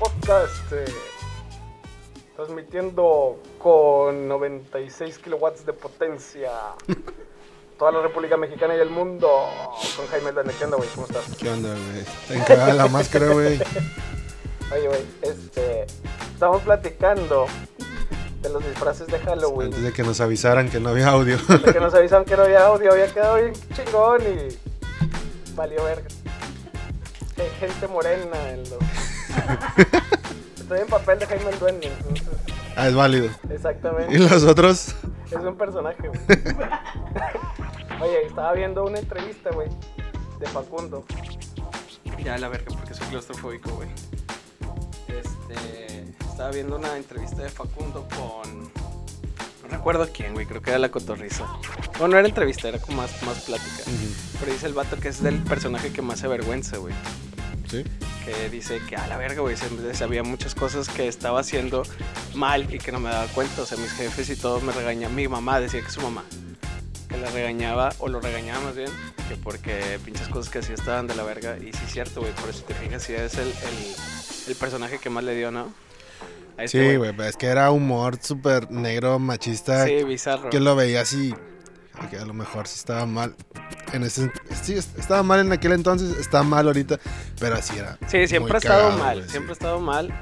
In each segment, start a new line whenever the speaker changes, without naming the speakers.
ahorita este, transmitiendo con 96 kilowatts de potencia. Toda la República Mexicana y el mundo. Con Jaime Landa, ¿qué onda, güey? ¿Cómo estás?
¿Qué onda, güey? Está encagada la máscara, güey.
Oye, güey, este, estamos platicando de los disfraces de Halloween.
Antes de que nos avisaran que no había audio.
De que nos avisaron que no había audio, había quedado bien chingón y valió verga. Hay gente morena en los... Estoy en papel de Jaime el Duende, entonces,
Ah, es válido. ¿Y
exactamente.
los otros?
Es un personaje, güey. Oye, estaba viendo una entrevista, güey, de Facundo.
Ya la verga, porque soy claustrofóbico, güey. Este. Estaba viendo una entrevista de Facundo con. No recuerdo quién, güey. Creo que era la cotorriza. Bueno, no era entrevista, era como más, más plática. Pero dice el vato que es del personaje que más se avergüenza, güey.
Sí.
Que dice que a la verga, güey. se- Sabía muchas cosas que estaba haciendo mal y que no me daba cuenta. O sea, mis jefes y todos me regañaban. Mi mamá decía que su mamá. Que la regañaba, o lo regañaba más bien, que porque pinches cosas que hacía estaban de la verga. Y sí, es cierto, güey. Por eso te fijas, sí es el, el, el personaje que más le dio, ¿no? A este
Sí, güey, pero es que era humor súper negro, machista,
Sí, bizarro.
que lo veía así. Que a lo mejor sí estaba mal. En ese, sí, estaba mal en aquel entonces, está mal ahorita, pero así era.
Sí, siempre
muy
ha estado
cagado,
mal,
güey,
siempre ha
sí.
estado mal.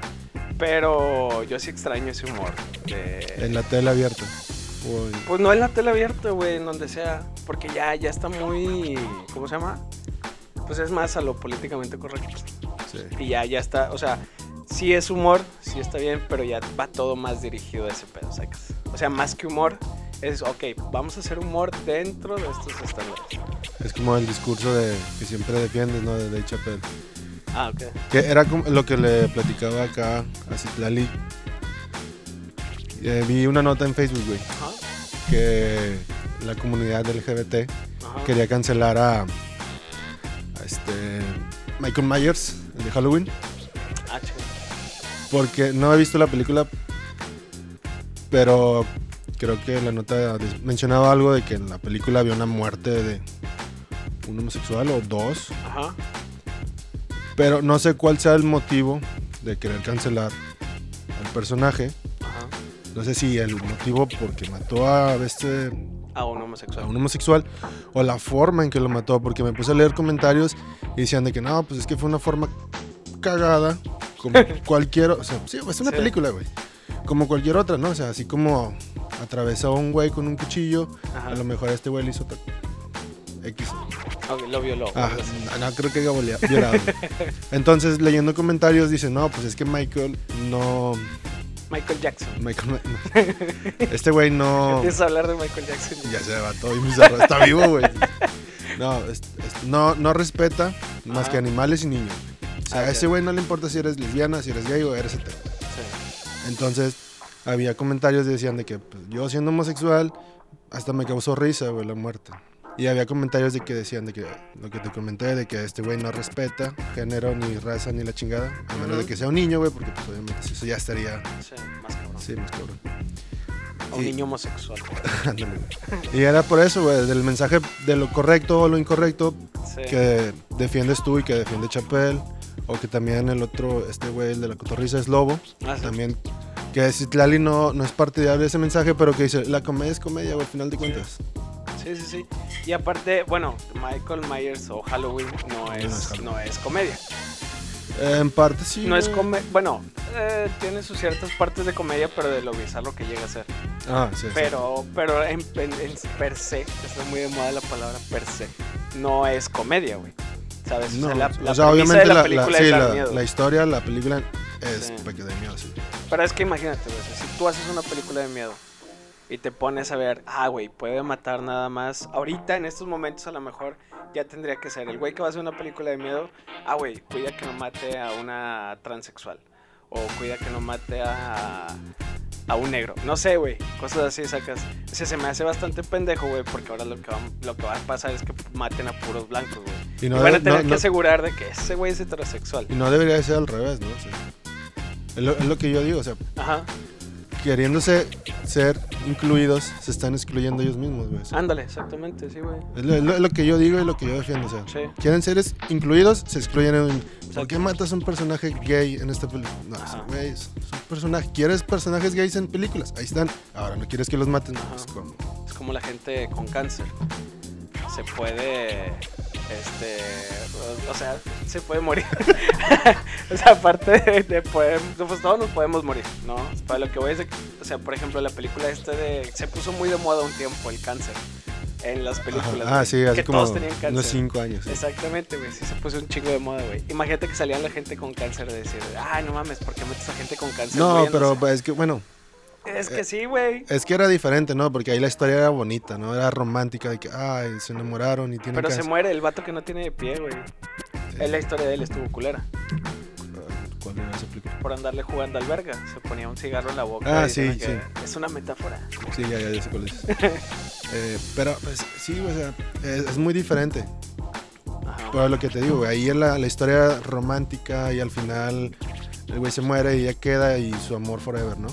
Pero yo sí extraño ese humor. de-
En la tele abierta. Uy,
Pues no en la tele abierta, güey, en donde sea. Porque ya, ya está muy. ¿Cómo se llama? Pues es más a lo políticamente correcto.
sí.
Y ya, ya está. O sea, sí es humor, sí está bien, pero ya va todo más dirigido a ese pedo, sacas. O sea, más que humor, es, ok, vamos a hacer humor dentro de estos estándares.
Es como el discurso de que siempre defiendes, ¿no? De Dave Chappelle.
Ah, ok.
Que era como lo que le platicaba acá a Citlali. Eh, vi una nota en Facebook, güey,
Ajá.
que la comunidad LGBT
Ajá.
quería cancelar a, a este Michael Myers, el de Halloween,
Ah, chico.
porque no he visto la película, pero creo que la nota des- mencionaba algo de que en la película había una muerte de un homosexual o dos,
Ajá.
pero no sé cuál sea el motivo de querer cancelar al personaje.
Ajá.
No sé si el motivo porque mató a este
Ah, un
a
homosexual.
un homosexual o la forma en que lo mató, porque me puse a leer comentarios y decían de que no, pues es que fue una forma cagada, como cualquier, o sea, sí, es una
Sí.
película, güey. Como cualquier otra, ¿no? O sea, así como atravesó a un güey con un cuchillo,
Ajá.
a lo mejor a este güey le hizo otra X.
Ok, lo violó.
Ah,
algo así.
no, no, creo que haya volea- violado. Entonces, leyendo comentarios, dicen, no, pues es que Michael no...
Michael Jackson.
Michael, este güey no...
Empiezas a hablar de Michael Jackson.
Ya se va todo bien bizarro. Está vivo, güey. No, es- es- no, no respeta más
Ajá.
que animales y niños. O sea,
Ah,
a ese
ya.
güey no le importa si eres lesbiana, si eres gay o eres hetero.
Sí.
Entonces, había comentarios que decían de que pues, yo siendo homosexual, hasta me causó risa, güey, la muerte. Y había comentarios de que decían de que lo que te comenté, de que este güey no respeta género, ni raza, ni la chingada. A menos
Ujú.
de que sea un niño, güey, porque pues obviamente eso ya estaría...
Sí, más cabrón.
Sí, más cabrón.
A Un
Y-
niño homosexual.
Ándale, güey. y era por eso, güey, del mensaje de lo correcto o lo incorrecto
Sí.
que defiendes tú y que defiende Chapel. O que también el otro, este güey, el de la cotorriza es Lobo.
Ah, sí.
También que Citlali no, no es partidario de ese mensaje, pero que dice, la comedia es comedia, güey, al final de cuentas.
Sí, sí, sí. Y aparte, bueno, Michael Myers o Halloween no
No es
es,
Halloween.
no es comedia.
Eh, en parte sí.
No es
güey.
come Bueno, eh, tiene sus ciertas partes de comedia, pero de lo bizarro que llega a ser.
Ah, sí. sí.
Pero, pero en, en- en per se, está muy de moda la palabra per se, no es comedia, güey. ¿Sabes?
No,
o sea, la, la
o sea,
premisa
obviamente
de la,
la, la-
película
sí,
es dar
la-
miedo.
la historia, la película es
Sí.
para que dé miedo, sí.
Pero es que imagínate, güey, o sea, si tú haces una película de miedo y te pones a ver, ah, güey, puede matar nada más. Ahorita, en estos momentos, a lo mejor ya tendría que ser el güey que va a hacer una película de miedo, ah, güey, cuida que no mate a una transexual. O cuida que no mate a, a un negro. No sé, güey, cosas así sacas. O sea, se me hace bastante pendejo, güey, porque ahora lo que, va, lo que va a pasar es que maten a puros blancos, güey.
Y
y van a
no-
tener
no-
que
no-
asegurar de que ese güey es heterosexual.
y no debería de ser al revés, ¿no? Sí. Es, lo, es lo que yo digo, o sea,
Ajá,
queriéndose ser incluidos, se están excluyendo ellos mismos, güey.
ándale, exactamente, sí, güey.
Es lo, es lo- es lo que yo digo y lo que yo defiendo, o sea.
Sí.
Quieren ser es- incluidos, se excluyen. en- ¿Por qué matas a un personaje gay en esta película? No, ese
Ajá.
güey es es un personaje. ¿Quieres personajes gays en películas? Ahí están. Ahora, ¿no quieres que los maten? No,
Ajá.
pues, ¿cómo?
Es como la gente con cáncer. Se puede. Este. O, o sea, se puede morir. o sea, aparte de, de poder- Pues todos nos podemos morir, ¿no? Para lo que voy a decir. O sea, por ejemplo, la película esta de. Se puso muy de moda un tiempo el cáncer. En las películas.
Ajá. Ah,
güey,
sí, hace
que
como
todos tenían cáncer.
unos 5 años. sí.
Exactamente, güey, sí se puso un chingo de moda, güey. Imagínate que salían la gente con cáncer de decir, ay, no mames, ¿por qué metes a gente con cáncer?
No, pero pues, eh,
muriéndose?"
es que, bueno,
Es que sí, güey.
es que era diferente, ¿no? Porque ahí la historia era bonita, ¿no? Era romántica, de que, ay, se enamoraron y tienen
Pero se
cáncer.
muere el vato que no tiene pie, güey. Es la historia de él, estuvo culera.
¿Cuál era esa película?
Por andarle jugando al verga, se ponía un cigarro en la boca.
Ah,
y diciendo
sí,
que Es una metáfora.
Sí, ya, ya, ya sé cuál es. Eh, pero, pues, sí, o sea, es- es muy diferente.
Ajá.
Pero lo que te digo, güey, ahí es la, la historia romántica y al final el güey se muere y ya queda y su amor forever, ¿no?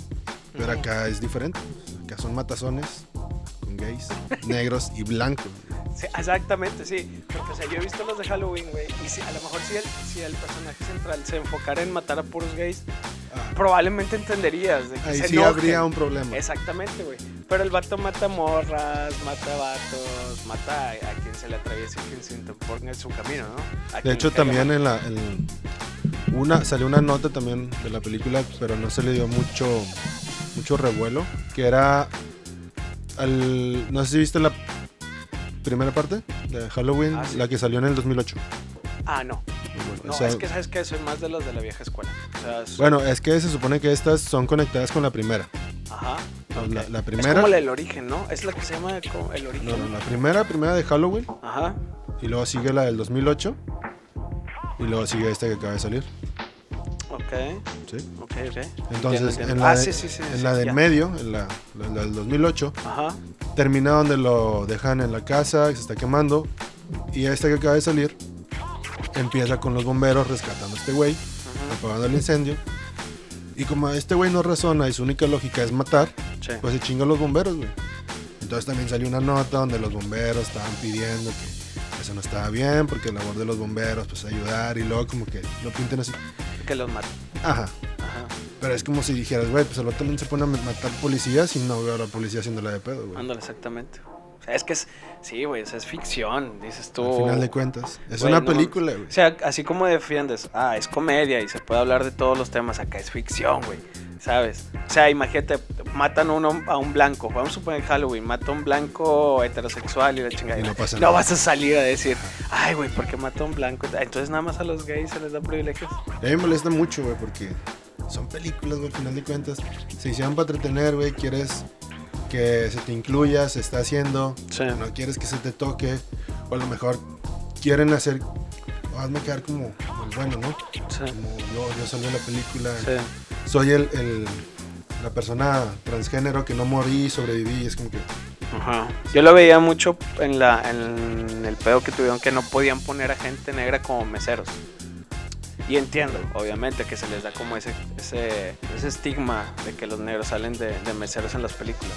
Pero
Ujú.
acá es diferente. Acá son matazones con gays, negros y blancos.
Sí, exactamente, sí. Porque, o sea, yo he visto los de Halloween, güey. Y si, a lo mejor si el, si el personaje central se enfocara en matar a puros gays,
Ah,
probablemente entenderías. De que
ahí
se
sí
enojen.
habría un problema.
Exactamente, güey. Pero el vato mata morras, mata vatos, mata a, a quien se le atraviesa y quien se interponga en su camino, ¿no? A
De
quien
hecho,
le caiga
también
mal.
en la... en- una, salió una nota también de la película, pero no se le dio mucho, mucho revuelo, que era... al- no sé si viste la primera parte de Halloween,
Ah, sí.
la que salió en el 2008.
Ah, no.
Bueno,
No,
o sea,
es que sabes que soy más de los de la vieja escuela. O sea, es-
Bueno, es que se supone que estas son conectadas con la primera.
ajá.
La-
ok.
La, la
Es
primera.
como la del origen, ¿no? Es la que se llama como el origen.
no, no, la primera, primera de Halloween.
Ajá.
Y luego sigue la del 2008. Y luego sigue esta que acaba de salir.
Ok,
¿sí?
ok, ok. Entiendo,
Entonces,
entiendo.
en la,
ah,
de-
sí, sí, sí.
en
sí,
la del
ya.
medio, en la, la- la del 2008,
Ajá.
termina donde lo dejan en la casa, que se está quemando. Y esta que acaba de salir empieza con los bomberos rescatando a este güey,
Ajá.
apagando el incendio. Y como este güey no razona y su única lógica es matar,
Sí.
pues se chingan los bomberos, güey. Entonces también salió una nota donde los bomberos estaban pidiendo que eso no estaba bien, porque la labor de los bomberos, pues ayudar y luego como que lo pinten así.
Que los mata.
Ajá.
Ajá.
Pero es como si dijeras, güey, pues el vato también se pone a matar policías y no veo a la policía haciéndola de pedo, güey.
Ándale, exactamente. O sea, es que es. Sí, güey, o sea, es ficción, dices tú.
Al final de cuentas. Es
Güey,
una
no
película, güey.
O sea, así como defiendes, ah, es comedia y se puede hablar de todos los temas, acá es ficción, güey. ¿Sabes? O sea, imagínate, matan a un hom- a un blanco. Vamos a suponer Halloween, mata a un blanco heterosexual y la chingada.
Y no pasa
no
nada.
vas a salir a decir, ay, güey, ¿por qué mata a un blanco? Ah, Entonces nada más a los gays se les da privilegios.
Y A mí me molesta mucho, güey, porque son películas, güey, al final de cuentas. Se hicieron para entretener, güey, quieres que se te incluya, se está haciendo.
Sí.
no quieres que se te toque, o a lo mejor quieren hacer, o hazme quedar como el bueno, ¿no?
Sí.
Como yo, yo salí en la película,
Sí.
soy el, el- la persona transgénero que no morí, sobreviví, y es como que,
Ajá. Yo lo veía mucho en, la, en el pedo que tuvieron que no podían poner a gente negra como meseros. Y entiendo, obviamente, que se les da como ese, ese, ese estigma de que los negros salen de, de meseros en las películas.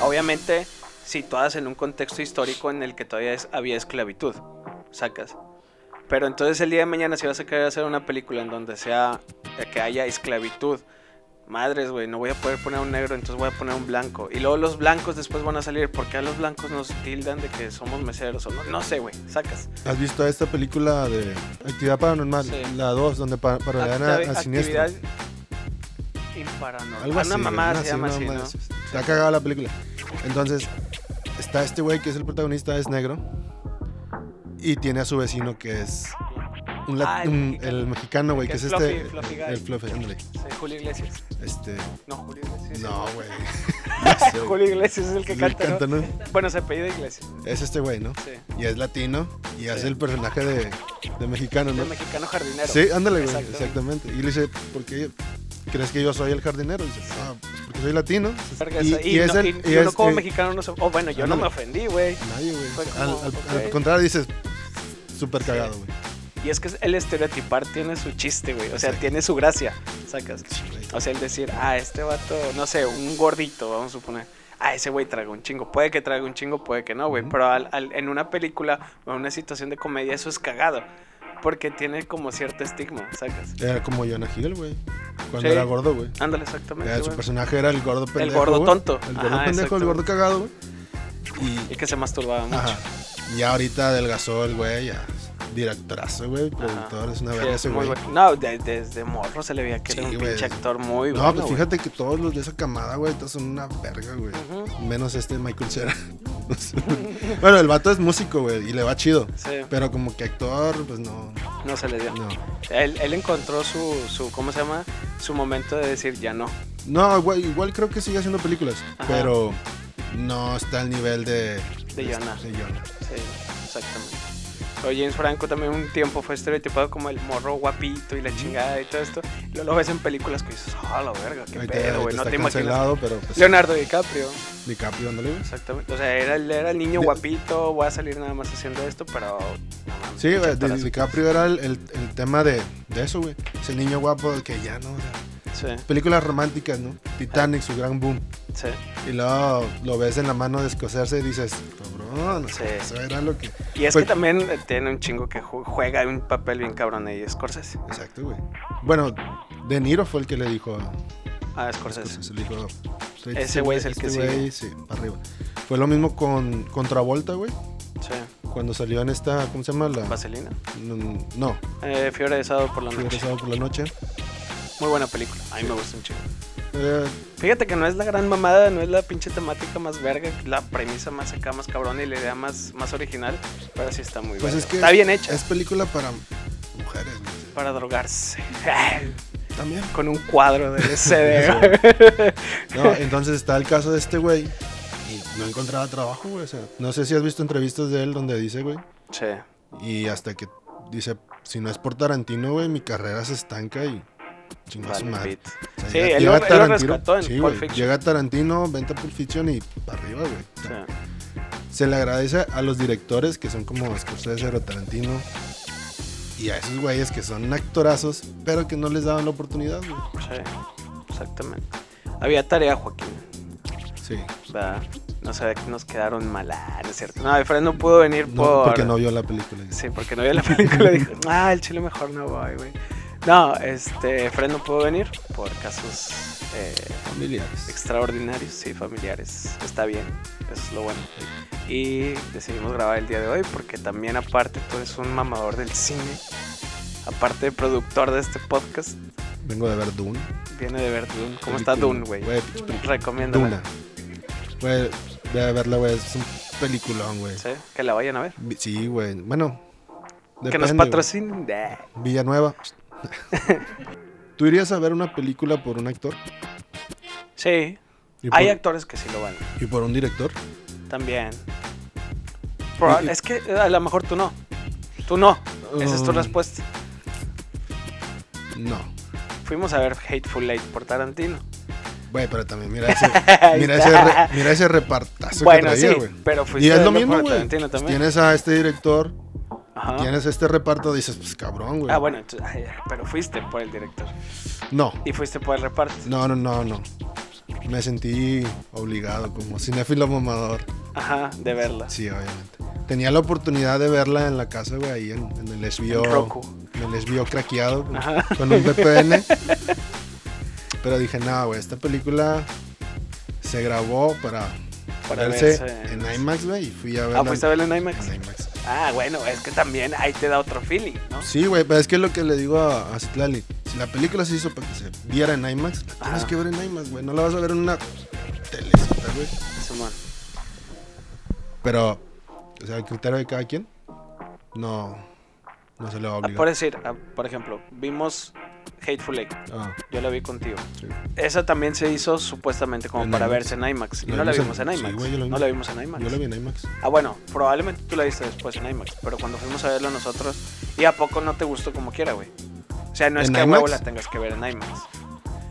Obviamente, situadas en un contexto histórico en el que todavía es- había esclavitud, sacas. Pero entonces el día de mañana si vas a querer hacer una película en donde sea eh, que haya esclavitud, madres, güey, no voy a poder poner un negro, entonces voy a poner un blanco. Y luego los blancos después van a salir, porque a los blancos nos tildan de que somos meseros o no, no sé, güey, sacas.
¿has visto esta película de Actividad Paranormal?
Sí.
La 2, donde pa- parodian a,
Activi-
a Siniestro.
actividad imparanormal. Ah,
Algo así.
una mamá
una
se llama
una
así,
mamada
¿no?
así. Está cagada la película. Entonces, está este güey que es el protagonista, es negro. Y tiene a su vecino que es un lat-
Ah, el
un-
mexicano.
el mexicano, güey, que,
Que
es
es
este.
Fluffy, Fluffy guy.
el Fluffy, ándale.
Sí, Julio Iglesias.
Este.
No, Julio Iglesias. sí,
no,
sí.
güey. No sé, güey.
Julio Iglesias es el que
Es el
canta, ¿no?
¿no?
Bueno, se apellida Iglesias.
Es este güey, ¿no?
Sí.
Y es latino y hace el personaje de, de mexicano,
De
¿no?
mexicano jardinero.
Sí, ándale, güey,
Exactamente.
exactamente. Y le dice, ¿por qué crees que yo soy el jardinero? Y dice, ah, pues porque soy latino.
Verga, esa- Y, no-
el-
y-
y
y uno
es-
como
eh,
mexicano no se. Oh, bueno, yo no
ándale.
me ofendí, güey.
Nadie, güey.
Fue
O sea, al,
como,
al- al
ok.
contrario, dices, súper cagado, güey.
Y es que el estereotipar tiene su chiste, güey. O sea,
Exacto.
tiene su gracia. Sacas.
güey.
O sea, el decir, ah, este vato, no sé, un gordito, vamos a suponer. Ah, ese güey traga un chingo. Puede que traiga un chingo, puede que no, güey. Pero al- al- en una película o en una situación de comedia eso es cagado. porque tiene como cierto estigma, sacas.
Era como Jonah Hill, güey. Cuando
Sí. Ah,
era gordo, güey.
Ándale,
Era-
exactamente.
su
güey.
personaje era el gordo pendejo.
gordo
güey.
tonto.
El gordo
Ajá,
pendejo, el
exacto,
gordo cagado, güey. Y,
El que se masturbaba mucho.
ajá. Y ahorita adelgazó el güey, ya. Directorazo, güey. Productor, es una
Sí,
verga ese
muy
güey.
bueno. No, de- desde morro se le veía que era
Sí,
un
güey.
pinche actor muy
No,
bueno.
pues
güey.
fíjate que todos los de esa camada, güey, ahorita son una verga, güey.
Ujú.
Menos este Michael Cera. bueno, el vato es músico, güey, y le va chido.
Sí,
Pero como que actor, pues no.
no se le dio.
No,
Él, él encontró su, su, ¿cómo se llama? Su momento de decir ya no.
no güey, igual creo que sigue haciendo películas,
Ajá.
pero no está al nivel de. este,
De Jonah.
de Jonah.
Sí, exactamente. Pero James Franco también un tiempo fue estereotipado como el morro guapito y la chingada y todo esto. Luego lo ves en películas que dices, ah, la verga, qué
Ahorita-
pedo,
ahorita
güey, no
está
te imaginas.
cancelado, pero pues.
Leonardo DiCaprio,
DiCaprio, ándale, güey.
exactamente. O sea, era, el- era el niño
De-
guapito, voy a salir nada más haciendo esto, pero... no mames,
Sí, güey,
pinche
Di-
actorazo.
DiCaprio era el, el- el tema de, de eso, güey. Ese niño guapo del que ya no. o sea,
Sí,
películas románticas, ¿no? Titanic, su gran boom.
sí.
Y luego lo ves en la mano descoserse y dices, cabrón, o sea,
Sí.
eso era lo que.
Y es
Pues-
que también eh, tiene un chingo que ju- juega un papel bien cabrón ahí, Scorsese.
Exacto, güey. Bueno, De Niro fue el que le dijo a
Ah, Scorsese.
Scorsese, le dijo,
Ese güey es el que
este güey, sí, para arriba. Fue lo mismo con Contravolta, güey.
Sí.
Cuando salió en esta, ¿cómo se llama? La,
Vaselina.
no, no,
Eh, Fiebre de sábado por la
Fiebre
noche.
Sábado por la noche.
Muy buena película. A mí me gusta un chingo.
Eh,
Fíjate que no es la gran mamada, no es la pinche temática más verga, la premisa más acá, más cabrona y la idea más, más original, pero sí está muy
pues
verga.
es que
Está bien hecha
Es película para mujeres, güey.
para drogarse.
También.
Con un cuadro de LCD. güey.
No, entonces está el caso de este güey. Y no encontraba trabajo, güey. o sea, no sé si has visto entrevistas de él donde dice, güey.
Che,
Y hasta que dice, si no es por Tarantino, güey, mi carrera se estanca y chingas
vale,
madre.
pit.
O sea,
Sí,
llega-
él
llega
lo- él lo
Tarantino-
rescató en
sí,
Pulp
güey,
Fiction.
Llega Tarantino, venta Pulp Fiction y para arriba, güey. O sea,
Che.
Se le agradece a los directores que son como Scorsese o Tarantino. Y a esos güeyes que son actorazos, pero que no les daban la oportunidad, güey.
Sí, exactamente. Había tarea, Joaquín.
Sí.
¿verdad? No sé, aquí nos quedaron mal. Ah, no es cierto. No, Efraín no pudo venir
No,
por...
Porque no vio la película. güey.
Sí, porque no vio la película. Dijo, ah, el chile mejor no voy, güey. No, este, Efraín no pudo venir por casos eh,
Familiares.
extraordinarios, sí, familiares. Está bien, eso es lo bueno. Y decidimos grabar el día de hoy porque también aparte tú eres un mamador del cine, aparte de productor de este podcast,
Vengo de ver Dune.
viene de ver Dune. ¿Cómo está
Película,
Dune, güey?
Güey, pinche película.
Recomiéndala.
Duna. Güey, ve a verla, güey. Es un peliculón, güey.
Sí, que la vayan a ver.
Vi- Sí, güey. Bueno.
que nos
depende,
patrocinen. Nah.
güey. Villanueva. ¿Tú irías a ver una película por un actor?
Sí,
¿Y por,
hay actores que sí lo van.
y por un director?
También. Proba-
Y- y-
es que eh, a lo mejor tú no. Tú no. Esa es tu
Um,
respuesta.
No.
Fuimos a ver Hateful Eight por Tarantino.
Güey, pero también mira ese,
Ahí
mira ese,
está.
re- mira ese repartazo
Bueno,
que traía,
sí,
güey.
pero
Y
fuiste a
es lo
verlo
mismo,
por
güey.
Tarantino también.
Tienes a este director,
Ajá.
tienes este reparto, dices, pues cabrón, güey.
Ah, bueno, entonces, ay, ay, pero fuiste por el director.
No,
Y fuiste por el reparto.
no, no, no, no. Me sentí obligado como cinéfilo mamador.
Ajá, de verla.
Sí, obviamente. Tenía la oportunidad de verla en la casa, güey, ahí en, en el
En
desvío.
Roku.
Me les vio craqueado con,
Ajá.
con un VPN. Pero dije, no, güey, esta película se grabó para,
Para
verse
verse.
en IMAX, güey, y fui a verla
Ah, fuiste a verla en IMAX.
en IMAX.
Ah, bueno, es que también ahí te da otro feeling, ¿no?
Sí, güey, pero es que es lo que le digo a, a Citlali. Si la película se hizo para que se viera en IMAX, la tienes
Ajá.
que ver en IMAX, güey. No la vas a ver en una telecita, güey.
Simón. Ah,
Pero, o sea, el criterio de cada quien, no, no se le va a
Ah, por
obligar.
decir, ah, por ejemplo, vimos Hateful Eight.
Ah,
Yo la vi contigo.
sí.
Esa también se hizo supuestamente como
En
para
IMAX.
verse en IMAX. Y
La
no la
vimos
vimos
en-
en IMAX.
sí, güey, yo la vi.
No la vimos en IMAX.
Yo la vi en IMAX.
Ah, bueno, probablemente tú la viste después en IMAX, pero cuando fuimos a verla nosotros, ¿y a poco no te gustó como quiera, güey? O sea, no es
¿En
que a huevo
IMAX?
la tengas que ver en IMAX.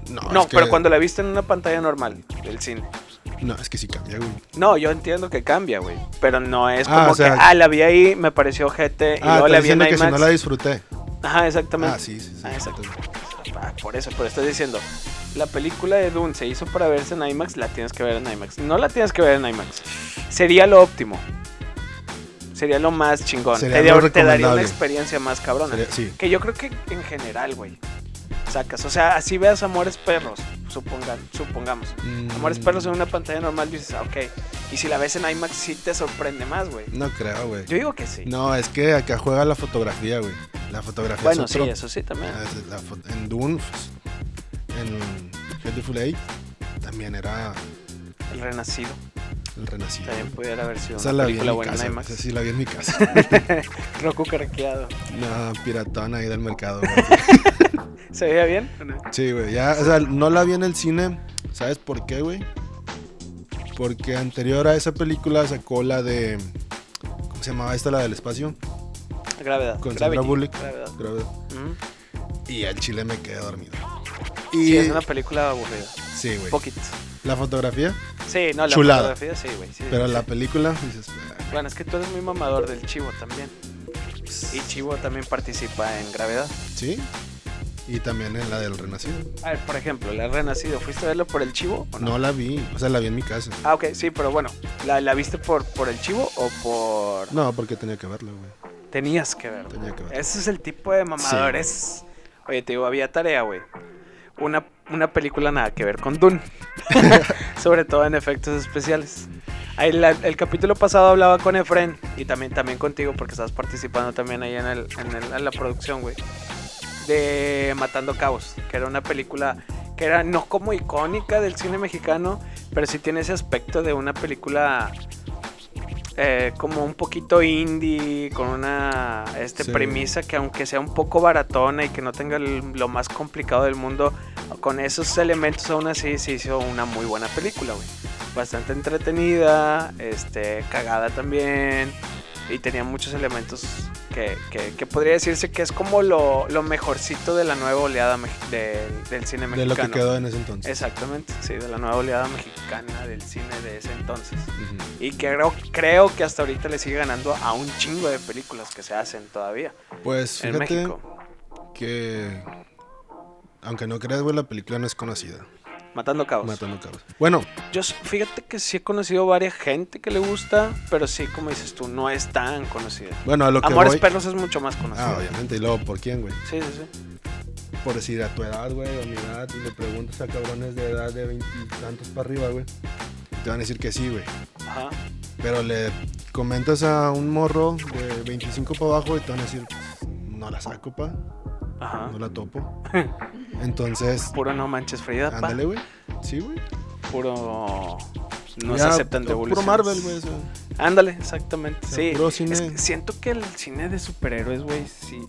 No,
no,
es que-
pero cuando la viste en una pantalla normal del cine.
No, es que sí cambia, güey.
No, yo entiendo que cambia, güey, pero no es
Ah,
como
o sea-
que, ah, la vi ahí, me pareció GT, y
Ah,
luego la
estás
vi en
diciendo que
IMAX.
si no la disfruté.
Ajá, exactamente.
Ah, sí, sí, sí.
Ah, exacto. Ah, por eso, pero estoy diciendo, la película de Dune se hizo para verse en IMAX, la tienes que ver en IMAX. No la tienes que ver en IMAX. Sería lo óptimo. Sería lo más chingón.
Sería
te,
lo
te daría una
recomendable.
experiencia más cabrona.
Sería- sí.
Que yo creo que en general, güey. Sacas. O sea, así veas Amores Perros, supongan, supongamos.
Mm,
Amores Perros en una pantalla normal dices, ah, ok. Y si la ves en IMAX sí te sorprende más, güey.
No creo, güey.
Yo digo que sí.
No, es que acá juega la fotografía, güey. La fotografía
bueno,
es
sí,
otro.
eso sí también.
Ah, es la fo- en Dune, pues, en Beautiful Eight, también era
El Renacido
el renacido.
también pudiera haber sido
Esa
una
la vi en
película
mi
buena
casa.
en IMAX.
esa sí la vi en mi casa.
Roku craqueado.
Una piratona ahí del mercado. güey.
¿Se veía bien? o no?
Sí, güey. Ya, o sea, no la vi en el cine. ¿Sabes por qué, güey? Porque anterior a esa película sacó la de. ¿Cómo se llamaba esta? La del espacio.
Gravedad.
Con Sandra
Gravity,
Bullock.
Gravedad.
Creo.
Ujú.
Y al chile me quedé dormido.
Sí,
Y,
es una película aburrida.
sí, güey.
Pocket.
La fotografía,
Sí, no, la
Chulada.
fotografía sí, güey. sí,
pero
sí.
la película, dices,
Bueno, es que tú eres muy mamador del Chivo también. Y Chivo también participa en Gravedad.
sí. Y también en la del Renacido.
A ver, por ejemplo, La Renacido, ¿fuiste a verlo por el Chivo o no?
No la vi, o sea, la vi en mi casa.
Ah, ok, sí, pero bueno, ¿la, la viste por, por el Chivo o por...?
No, porque tenía que verla, güey.
Tenías que verlo.
Tenía que verla.
Ese es el tipo de mamadores. Oye, te digo, había tarea, güey. Una, una película nada que ver con Dune. Sobre todo en efectos especiales. Ahí la- el capítulo pasado hablaba con Efren y también, también contigo porque estabas participando también ahí en, el- en el- en la producción, güey. De Matando Cabos, que era una película que era no como icónica del cine mexicano, pero sí tiene ese aspecto de una película eh, como un poquito indie, con una este,
Sí.
premisa que aunque sea un poco baratona y que no tenga el- lo más complicado del mundo, con esos elementos aún así se hizo una muy buena película, güey. Bastante entretenida, este, cagada también, y tenía muchos elementos que, que- que podría decirse que es como lo, lo mejorcito de la nueva oleada mex- del- del cine
De
mexicano.
lo que quedó en ese entonces.
Exactamente, sí, de la nueva oleada mexicana del cine de ese entonces.
Ujú.
Y que creo, creo que hasta ahorita le sigue ganando a un chingo de películas que se hacen todavía
Pues
en
fíjate
México.
que. Aunque no creas, güey, la película no es conocida.
Matando cabos.
Matando cabos. Bueno,
Yo s- fíjate que sí he conocido varias gente que le gusta, pero sí, como dices tú, no es tan conocida.
bueno, a lo que
Amores
voy.
Perros es mucho más conocida.
Ah, obviamente. Y luego, ¿por quién, güey?
Sí, sí, sí.
Por decir a tu edad, güey, o mi edad, y le preguntas a cabrones de edad de veintitantos para arriba, güey. y Te van a decir que sí, güey.
Ajá.
Pero le comentas a un morro de 25 para abajo y te van a decir, "Pues, no la saco, pa,
Ajá.
no la topo. Entonces,
Puro no manches Frida, pa.
ándale, güey. Sí, güey.
Puro pues, no se
Ya,
aceptan
puro
devoluciones.
Marvel, güey. o sea,
Ándale, exactamente.
sea,
Sí.
puro cine.
Es que siento que el cine de superhéroes, güey, sí.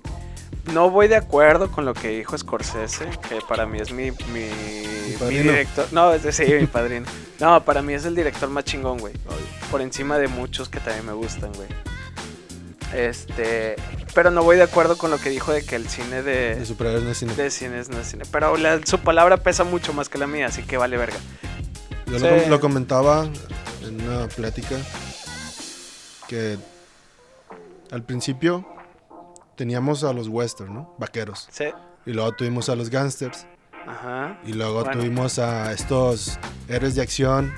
No voy de acuerdo con lo que dijo Scorsese, que para mí es mi, mi, mi
padrino.
director. No, es decir, mi padrino. No, para mí es el director más chingón, güey.
Obvio.
Por encima de muchos que también me gustan, güey. Este. Pero no voy de acuerdo con lo que dijo de que el cine de,
De superhéroes no es cine.
de cine es no es cine. Pero la- su palabra pesa mucho más que la mía, así que vale verga.
Yo
Sí.
lo, com- lo comentaba en una plática que al principio teníamos a los western, ¿no? Vaqueros.
Sí.
Y luego tuvimos a los gangsters.
Ajá.
Y luego
Bueno.
tuvimos a estos héroes de acción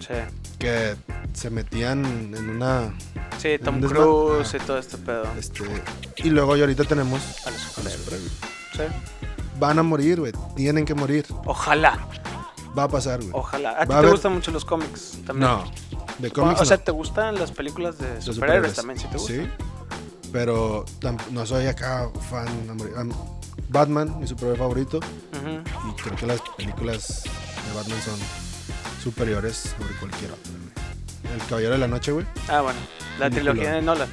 Sí.
que se metían en una...
Sí, Tom
¿Dónde es
Cruise
ma-
y todo este pedo.
Este, y luego y ahorita tenemos...
A los superhéroes. Sí.
Van a morir, güey. Tienen que morir.
Ojalá,
Va a pasar, güey.
ojalá. ¿A ti
Va a
te
haber-
gustan mucho los cómics también?
No. De cómics
o sea,
no.
¿te gustan las películas de
Los
superhéroes también? Sí, te gustan.
Sí. Pero tamp- no soy acá fan. hombre. Am- Batman, mi superhéroe favorito.
Ujú.
Y creo que las películas de Batman son superiores sobre cualquier otra. güey. El Caballero de la Noche, güey.
Ah, bueno. La
Película.
trilogía de Nolan.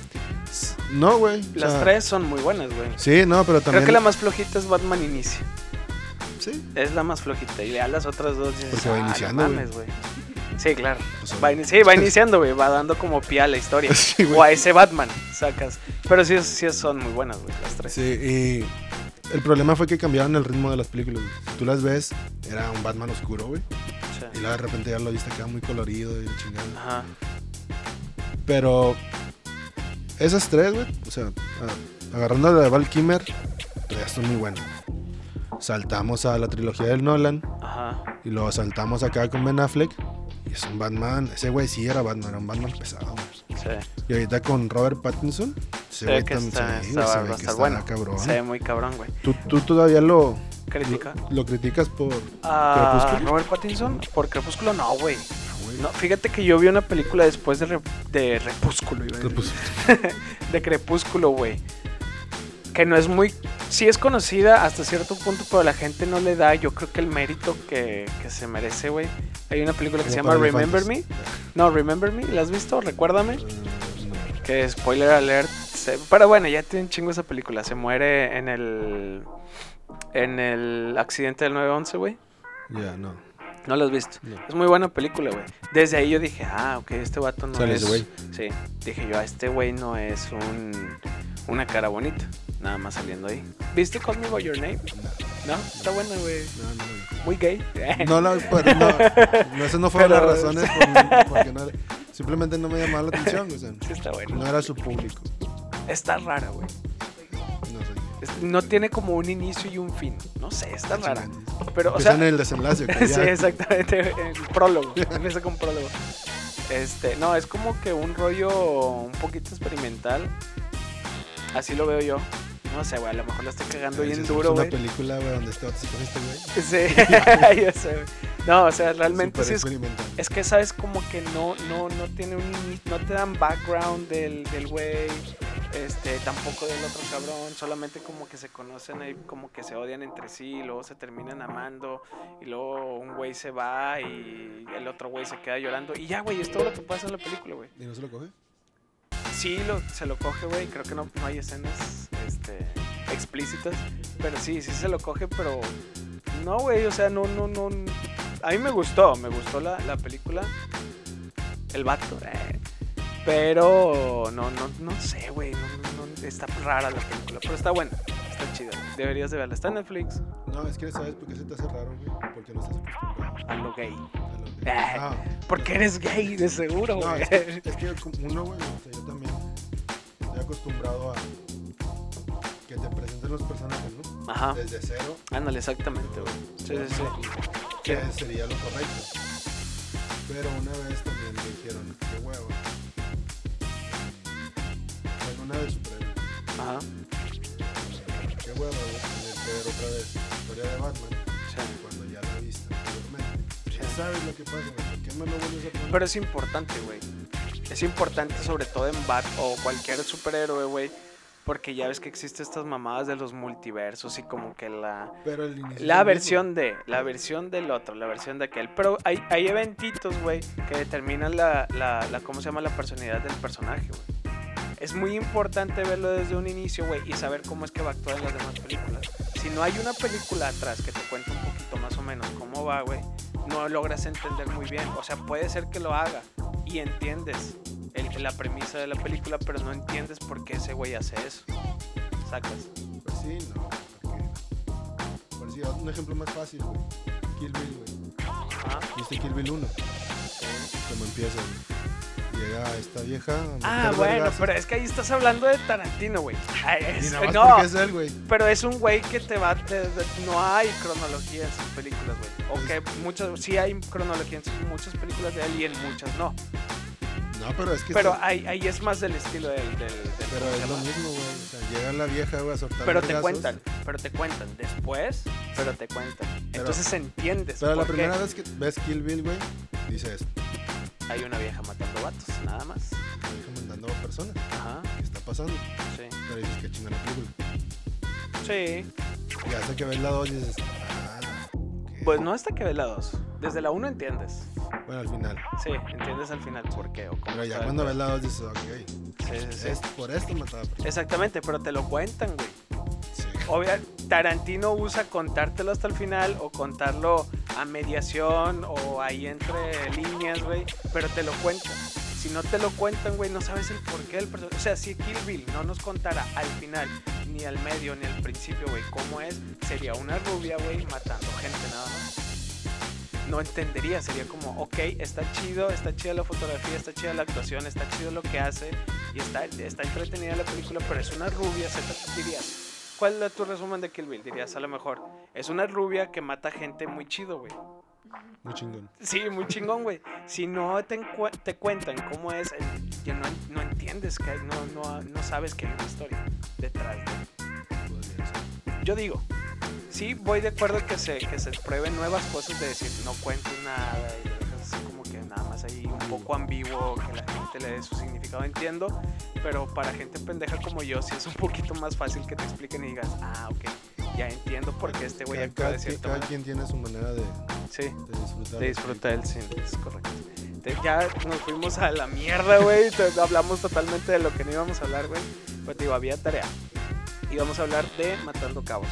S- No, güey. o
Las
sea,
tres son muy buenas, güey.
Sí, no, pero también.
Creo que la más flojita es Batman Inicia.
Sí.
Es la más flojita. Y a las otras dos dices,
Porque va
"Ah, no
iniciando, güey".
mames, güey. Sí, claro.
Pues,
Va
obvio.
ini- sí, va iniciando, güey. Va dando como pie a la historia.
Sí, güey.
o a ese Batman, sacas. Pero sí, sí son muy buenas, güey, las tres.
Sí, y. El problema fue que cambiaron el ritmo de las películas. güey. Si tú las ves, era un Batman oscuro, güey.
O sea,
Y luego de repente ya lo viste acá muy colorido y la chingada.
Ajá.
Pero esas tres, güey, o sea, a- agarrando la de Val Kimmer, todavía son muy buenas. Saltamos a la trilogía del Nolan
Ajá.
y luego saltamos acá con Ben Affleck. Y es un Batman, ese güey sí era Batman, era un Batman pesado. güey.
Sí. Sí.
Y ahorita con Robert Pattinson, se
Se ve que está,
sí, güey,
está-
se ve
va a
que
estar
está
bueno.
cabrón.
Se ve muy cabrón, güey.
¿Tú, tú todavía lo,
Crítica.
lo, lo criticas por...
¿A
¿Crepúsculo?
Robert Pattinson? Por Crepúsculo no, güey. No, fíjate que yo vi una película después de, Re- de Repúsculo, iba a decir.
Crepúsculo.
de Crepúsculo, güey. Que no es muy... Sí es conocida hasta cierto punto, pero la gente no le da, yo creo que el mérito que, que se merece, güey. Hay una película que se
Como
llama
para
Remember Me.
elefantes.
No, Remember Me, ¿la has visto? Recuérdame.
Eh, no.
Que spoiler alert. se- pero bueno, ya tiene un chingo esa película. Se muere en el... En el accidente del 9-11, güey.
Ya, no.
No lo has visto.
No.
Es muy buena película, güey. Desde ahí yo dije, ah, ok, este vato no
Sale
es.
ese güey.
Sí. Dije yo, ah, este güey no es un una cara bonita. Nada más saliendo ahí. ¿Viste Call Me By Your Name? No, está buena, güey.
No, no.
Muy gay.
No, la- pero no, no, esa no fueron
Pero-
las razones por, porque no, simplemente no me llamaba la atención, o sea,
Sí, está bueno.
no era su público.
Está rara, güey.
No sé.
Es- No tiene como un inicio y un fin. No sé, está rara. Pero, o
Empieza
sea,
en el desenlace, ok,
sí,
ya.
exactamente. El prólogo. Empieza con prólogo. Este, no, es como que un rollo un poquito experimental. Así lo veo yo. No sé, güey, a lo mejor la estoy cagando
Sí,
bien
es
duro,
una
güey.
película güey, donde está con este güey.
Sí, yo sé, güey. No, o sea, realmente
Súper
sí es,
experimental.
es que sabes como que no, no, no tiene un ini- no te dan background del, del güey, este, tampoco del otro cabrón, solamente como que se conocen ahí, como que se odian entre sí, y luego se terminan amando, y luego un güey se va y el otro güey se queda llorando. Y ya, güey, es todo lo que pasa en la película, güey.
¿Y no se lo coge?
Sí, lo, se lo coge, güey. Creo que no, no hay escenas este, explícitas. Pero sí, sí se lo coge, pero. No, güey, o sea, no, no, no. A mí me gustó, me gustó la, la película. El vato, eh. Pero. No, no, no sé, güey. No, no, no, está rara la película, pero está buena. Está chida. Deberías de verla. Está en Netflix.
No, es que sabes por qué se te hace raro, güey. Porque no estás acostumbrado
A lo gay.
a lo que-
Ah,
Ah,
Porque
no.
eres gay, de seguro,
No,
güey.
es que, es que como uno, güey, o sea, yo también estoy acostumbrado a que te presenten los personajes, ¿no?
Ajá.
Desde cero.
Ándale, exactamente, güey. Sí, sí, sí.
Que sería lo correcto. Pero una vez también me dijeron, qué huevo. Bueno, una vez superé.
Ajá.
Qué huevo, güey, tener que ver otra vez la historia de Batman.
Sí.
Cuando ya la viste anteriormente. Ya sabes lo que pasa, güey. ¿Por qué no lo vuelves a poner?
Pero es importante, güey. Es importante sobre todo en Bat o cualquier superhéroe, güey. Porque ya ves que existe estas mamadas de los multiversos y como que la...
Pero el inicio es el
La
mismo.
versión de, la versión del otro, la versión de aquel. Pero hay, hay eventitos, güey, que determinan la, la, la- ¿cómo se llama? La personalidad del personaje, güey. Es muy importante verlo desde un inicio, güey, y saber cómo es que va a actuar en las demás películas. Si no hay una película atrás que te cuente un poquito más o menos cómo va, güey, no logras entender muy bien. O sea, puede ser que lo haga y entiendes el- la premisa de la película, pero no entiendes por qué ese güey hace eso. Sacas.
Pues sí, no. Porque... Por decir, un ejemplo más fácil, güey. Kill Bill, güey.
Ajá.
¿Viste Kill Bill 1? Como empieza, güey. Llega esta vieja. a
Ah,
meter
bueno,
vergazos.
pero es que ahí estás hablando de Tarantino, güey. Ay,
Y
es-
nada más
no,
porque es él, güey.
pero es un güey que te va. te- te- no hay cronología en sus películas, güey. O que muchas, sí hay cronología en sus- muchas películas de él y en muchas no.
No, pero es que.
Pero
sí,
ahí, ahí es más del estilo del. del- del-
pero
¿cómo
es
se
lo
llama?
mismo, güey. O sea, llega la vieja, güey, a soltar.
Pero te
vergazos.
cuentan, pero te cuentan después, pero te cuentan. Entonces entiendes.
Pero la
por qué
primera vez que ves Kill Bill, güey, dices,
Hay una vieja matando vatos, nada más.
la vieja mandando a personas.
Ajá,
¿Qué está pasando?
sí.
Pero dices, qué chingada película.
Sí.
Y hasta que ves la 2 dices, ah. ok.
Pues no hasta que ve la 2. Desde la 1 entiendes.
Bueno, al final.
Sí, entiendes al final por qué o cómo.
Pero ya
está el
cuando
pedo.
ves la 2 dices, ok,
Sí, sí, sí.
es por esto mataba a personas.
Exactamente, pero te lo cuentan, güey.
Sí.
Obvia, Tarantino usa contártelo hasta el final o contarlo a mediación o ahí entre líneas, güey, pero te lo cuentan. Si no te lo cuentan, güey, no sabes el porqué del personaje. O sea, si Kill Bill no nos contara al final, ni al medio, ni al principio, güey, cómo es, sería una rubia, güey, matando gente nada más. No entendería, sería como, ok, está chido, está chida la fotografía, está chida la actuación, está chido lo que hace, y está, está entretenida la película, pero es una rubia, se te dirías. ¿Cuál es tu resumen de Kill Bill? Dirías, a lo mejor, es una rubia que mata gente muy chido, güey.
Muy chingón.
Sí, muy chingón, güey. Si no te, encue- te cuentan cómo es, eh, ya no, no entiendes que hay- no, no, no sabes que hay una historia detrás. ¿no?
Podría
Este
ser.
Yo digo, sí voy de acuerdo que se, que se prueben nuevas cosas de decir no cuentes nada y lo dejas así como que nada más ahí un poco ambiguo, que la gente le dé su significado, entiendo, pero para gente pendeja como yo sí es un poquito más fácil que te expliquen y digas, ah, ok, ya entiendo por qué este güey
Cada-
actúa de
cada quien-
cierta
cada
manera.
quien tiene su manera de,
Sí.
de disfrutar.
De disfrutar el cine, es correcto. Te- ya nos fuimos a la mierda, güey. te- Hablamos totalmente de lo que no íbamos a hablar, güey. Pues te digo, había tarea. Íbamos a hablar de Matando Cabos.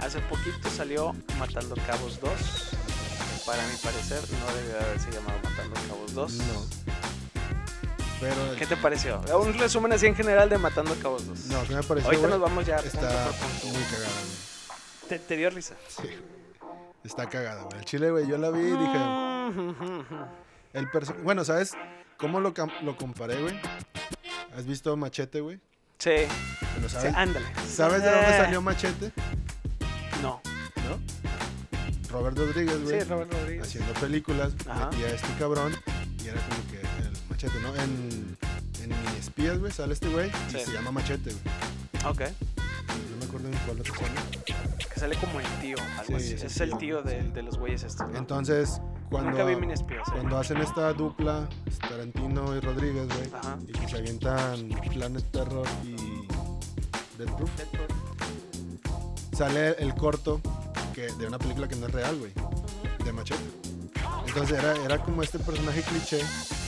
Hace poquito salió Matando Cabos 2. que Para mi parecer, no debió de haberse llamado Matando Cabos 2.
No. Pero. el-
¿Qué te pareció? Un resumen así en general de Matando Cabos 2.
No, ¿qué me pareció?
Ahorita
güey?
nos vamos ya. punto
Está
por punto.
muy cagada, güey.
¿Te, te dio risa?
Sí. Está cagada, güey. El chile, güey, yo la vi y dije. El perso- bueno, ¿sabes cómo lo, cam- lo comparé, güey? ¿Has visto Machete, güey?
Sí,
Bueno,
sí, eh.
¿sabes?
ándale.
¿Sabes de dónde salió Machete?
No.
¿No? Robert Rodríguez,
Sí,
güey.
Robert Rodríguez.
haciendo películas,
Ajá.
metía a este cabrón y era como que el machete, ¿no? En, en Mini Espías, güey, sale este güey y
Sí.
se llama Machete, güey.
Ok.
No me acuerdo en cuál otro sale.
Que sale como el tío, algo
Sí,
así.
es el
Es el
tío,
tío de,
sí.
de los güeyes estos. ¿no?
Entonces, cuando,
Nunca vi Mini Espías, ¿eh?
cuando hacen esta dupla, Tarantino y Rodríguez, güey,
Ajá.
y que se avientan Planet Terror y Death Proof, sale el corto que, de una película que no es real, güey, de Machete. Entonces era, era como este personaje cliché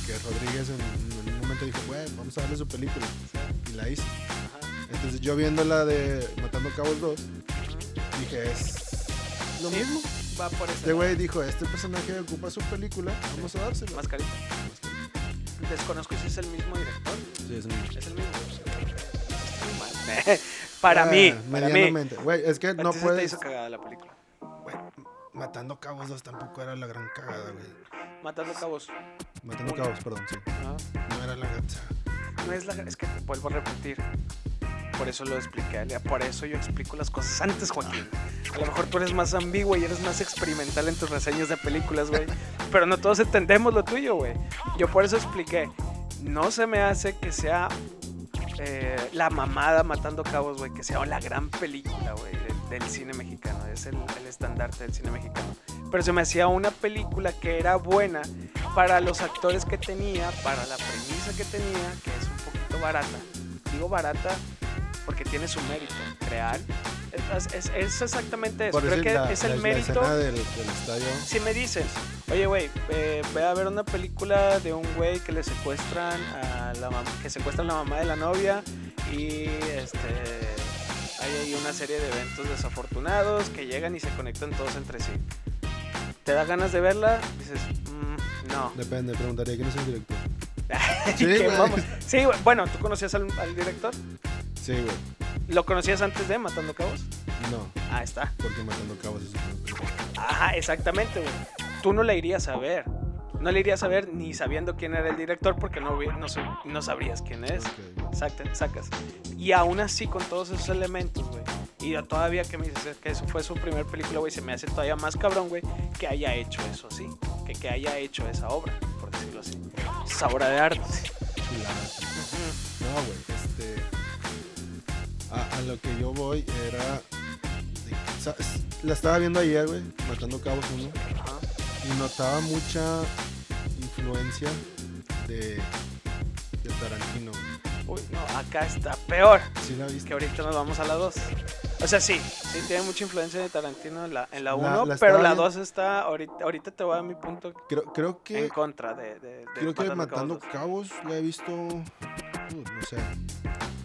que Rodríguez en, en un momento dijo, güey, vamos a darle su película. Y la hizo.
Ajá.
Entonces yo viendo la de Matando Cabos 2, dije, es lo
Sí,
mismo.
Va por ese
Este
lado.
güey dijo, este personaje ocupa su película, vamos a dárselo.
Mascarita. Desconozco si es el mismo director.
Sí, es un-
Es el mismo. Muy mal. para
Ah,
mí. Para mí.
Medianamente. Güey, es que
No
no
te
puedes...
hizo cagada la película.
Güey, Matando Cabos 2 tampoco era la gran cagada, güey.
Matando cabos.
Matando
Una.
Cabos, perdón, sí.
¿no?
No era la gacha.
No es la. Es que te vuelvo a repetir. Por eso lo expliqué, Alia. Por eso yo explico las cosas antes, Joaquín. A lo mejor tú eres más ambiguo y eres más experimental en tus reseñas de películas, güey. Pero no todos entendemos lo tuyo, güey. Yo por eso expliqué. No se me hace que sea eh, la mamada matando cabos, güey. Que sea la gran película, güey, del, del cine mexicano. Es el, el estandarte del cine mexicano. Pero se me hacía una película que era buena para los actores que tenía, para la premisa que tenía, que es un poquito barata. Digo barata porque tiene su mérito, crear. Es, es- es exactamente eso.
Por
Creo
decir,
que
la-
es el
la- la
mérito.
escena del, del estadio.
Si me dices, oye, güey, eh, voy a ver una película de un güey que le secuestran a la mamá, que secuestran a la mamá de la novia y este hay ahí una serie de eventos desafortunados que llegan y se conectan todos entre sí. ¿Te da ganas de verla? Dices, "Mm, no.
Depende, preguntaría quién es el director.
Sí,
Sí, güey.
sí, güey. bueno, ¿tú conocías al, al director?
Sí, güey.
¿Lo conocías antes de Matando Cabos?
No,
Ah, está.
porque Matando Cabos es una película.
Ajá, exactamente, güey. Tú no la irías a ver. No la irías a ver ni sabiendo quién era el director porque no, hubi- no, sab- no sabrías quién es.
Ok, güey.
Exacto, sacas. Y aún así, con todos esos elementos, güey. Y yo todavía que me dices que eso fue su primer película, güey, se me hace todavía más cabrón, güey, que haya hecho eso así. Que, que haya hecho esa obra, por decirlo así. Esa obra de arte.
Chulada.
Ujú.
No, güey, este. A, a lo que yo voy era. de- sa- s- La estaba viendo ayer, güey, Matando Cabos 1,
Ajá.
y notaba mucha influencia de, de Tarantino. güey.
Uy, no, acá está peor.
¿Sí la viste?
que ahorita nos vamos a la 2. O sea, sí, sí tiene mucha influencia de Tarantino en la- en la
La-
1,
la
pero
estaba
la
viendo.
2 está, ahorita, ahorita te voy a dar mi punto
Creo, creo
en
que.
contra de... de, de
Creo que
Matando
Matando
Cabos
Cabos la he visto. uh, no sé.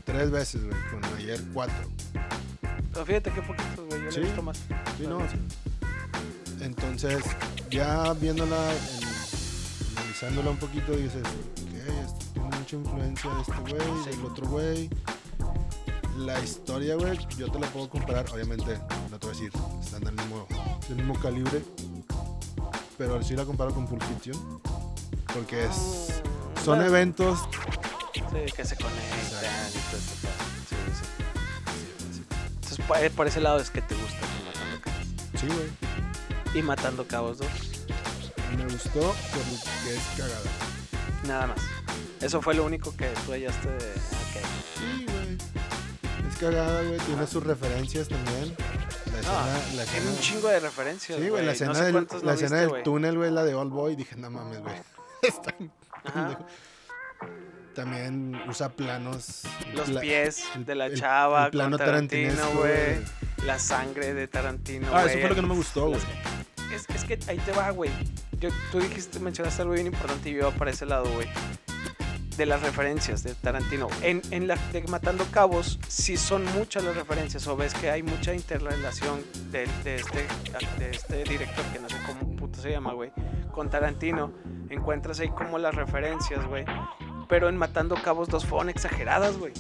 Tres veces, güey, con ayer cuatro.
dos. Pero fíjate qué poquitos, güey, yo le
Sí.
he visto más.
Sí, no, sí. Entonces, ya viéndola, en- analizándola un poquito, dices, ok, esto tiene mucha influencia de este güey,
Sí.
del otro güey. La historia, güey, yo te la puedo comparar, obviamente, no te voy a decir, están del mismo, del mismo calibre, pero sí la comparo con Pulp Fiction, porque es,
Ah,
son
bueno,
eventos...
Sí, que se conectan
Exacto.
y todo esto. Sí, sí. eh, Entonces, por, por ese lado es que te gusta con Matando Cabos.
Sí, güey.
Y Matando Cabos 2.
me gustó por lo que es cagada.
Nada más. Eso fue lo único que tú hallaste de. ok.
Sí, güey. Es cagada, güey. Tiene sus referencias también. La escena. la
Ah, Tiene un
escena-
chingo de referencias.
Sí, güey, la escena
no sé
del,
cuántos
la
no
escena
viste,
del
güey.
túnel, güey, la de All Boy. Dije, no mames, güey. Está bien
Ajá.
pendejo. También usa planos.
Los
pla-
pies de la
el-
chava
el plano
con Tarantino,
tarantinesco,
güey.
güey.
La sangre de Tarantino,
Ah, eso
güey,
fue lo que no me
el-
gustó, güey.
las- Es, es que ahí te va, güey. Yo- Tú dijiste, mencionaste algo bien importante y yo iba para ese lado, güey. De las referencias de Tarantino. En, en la de Matando Cabos, sí son muchas las referencias, o ves que hay mucha interrelación de, de este, de este director, que no sé cómo puto se llama, güey, con Tarantino. Encuentras ahí como las referencias, güey. Pero en Matando Cabos dos fueron exageradas, güey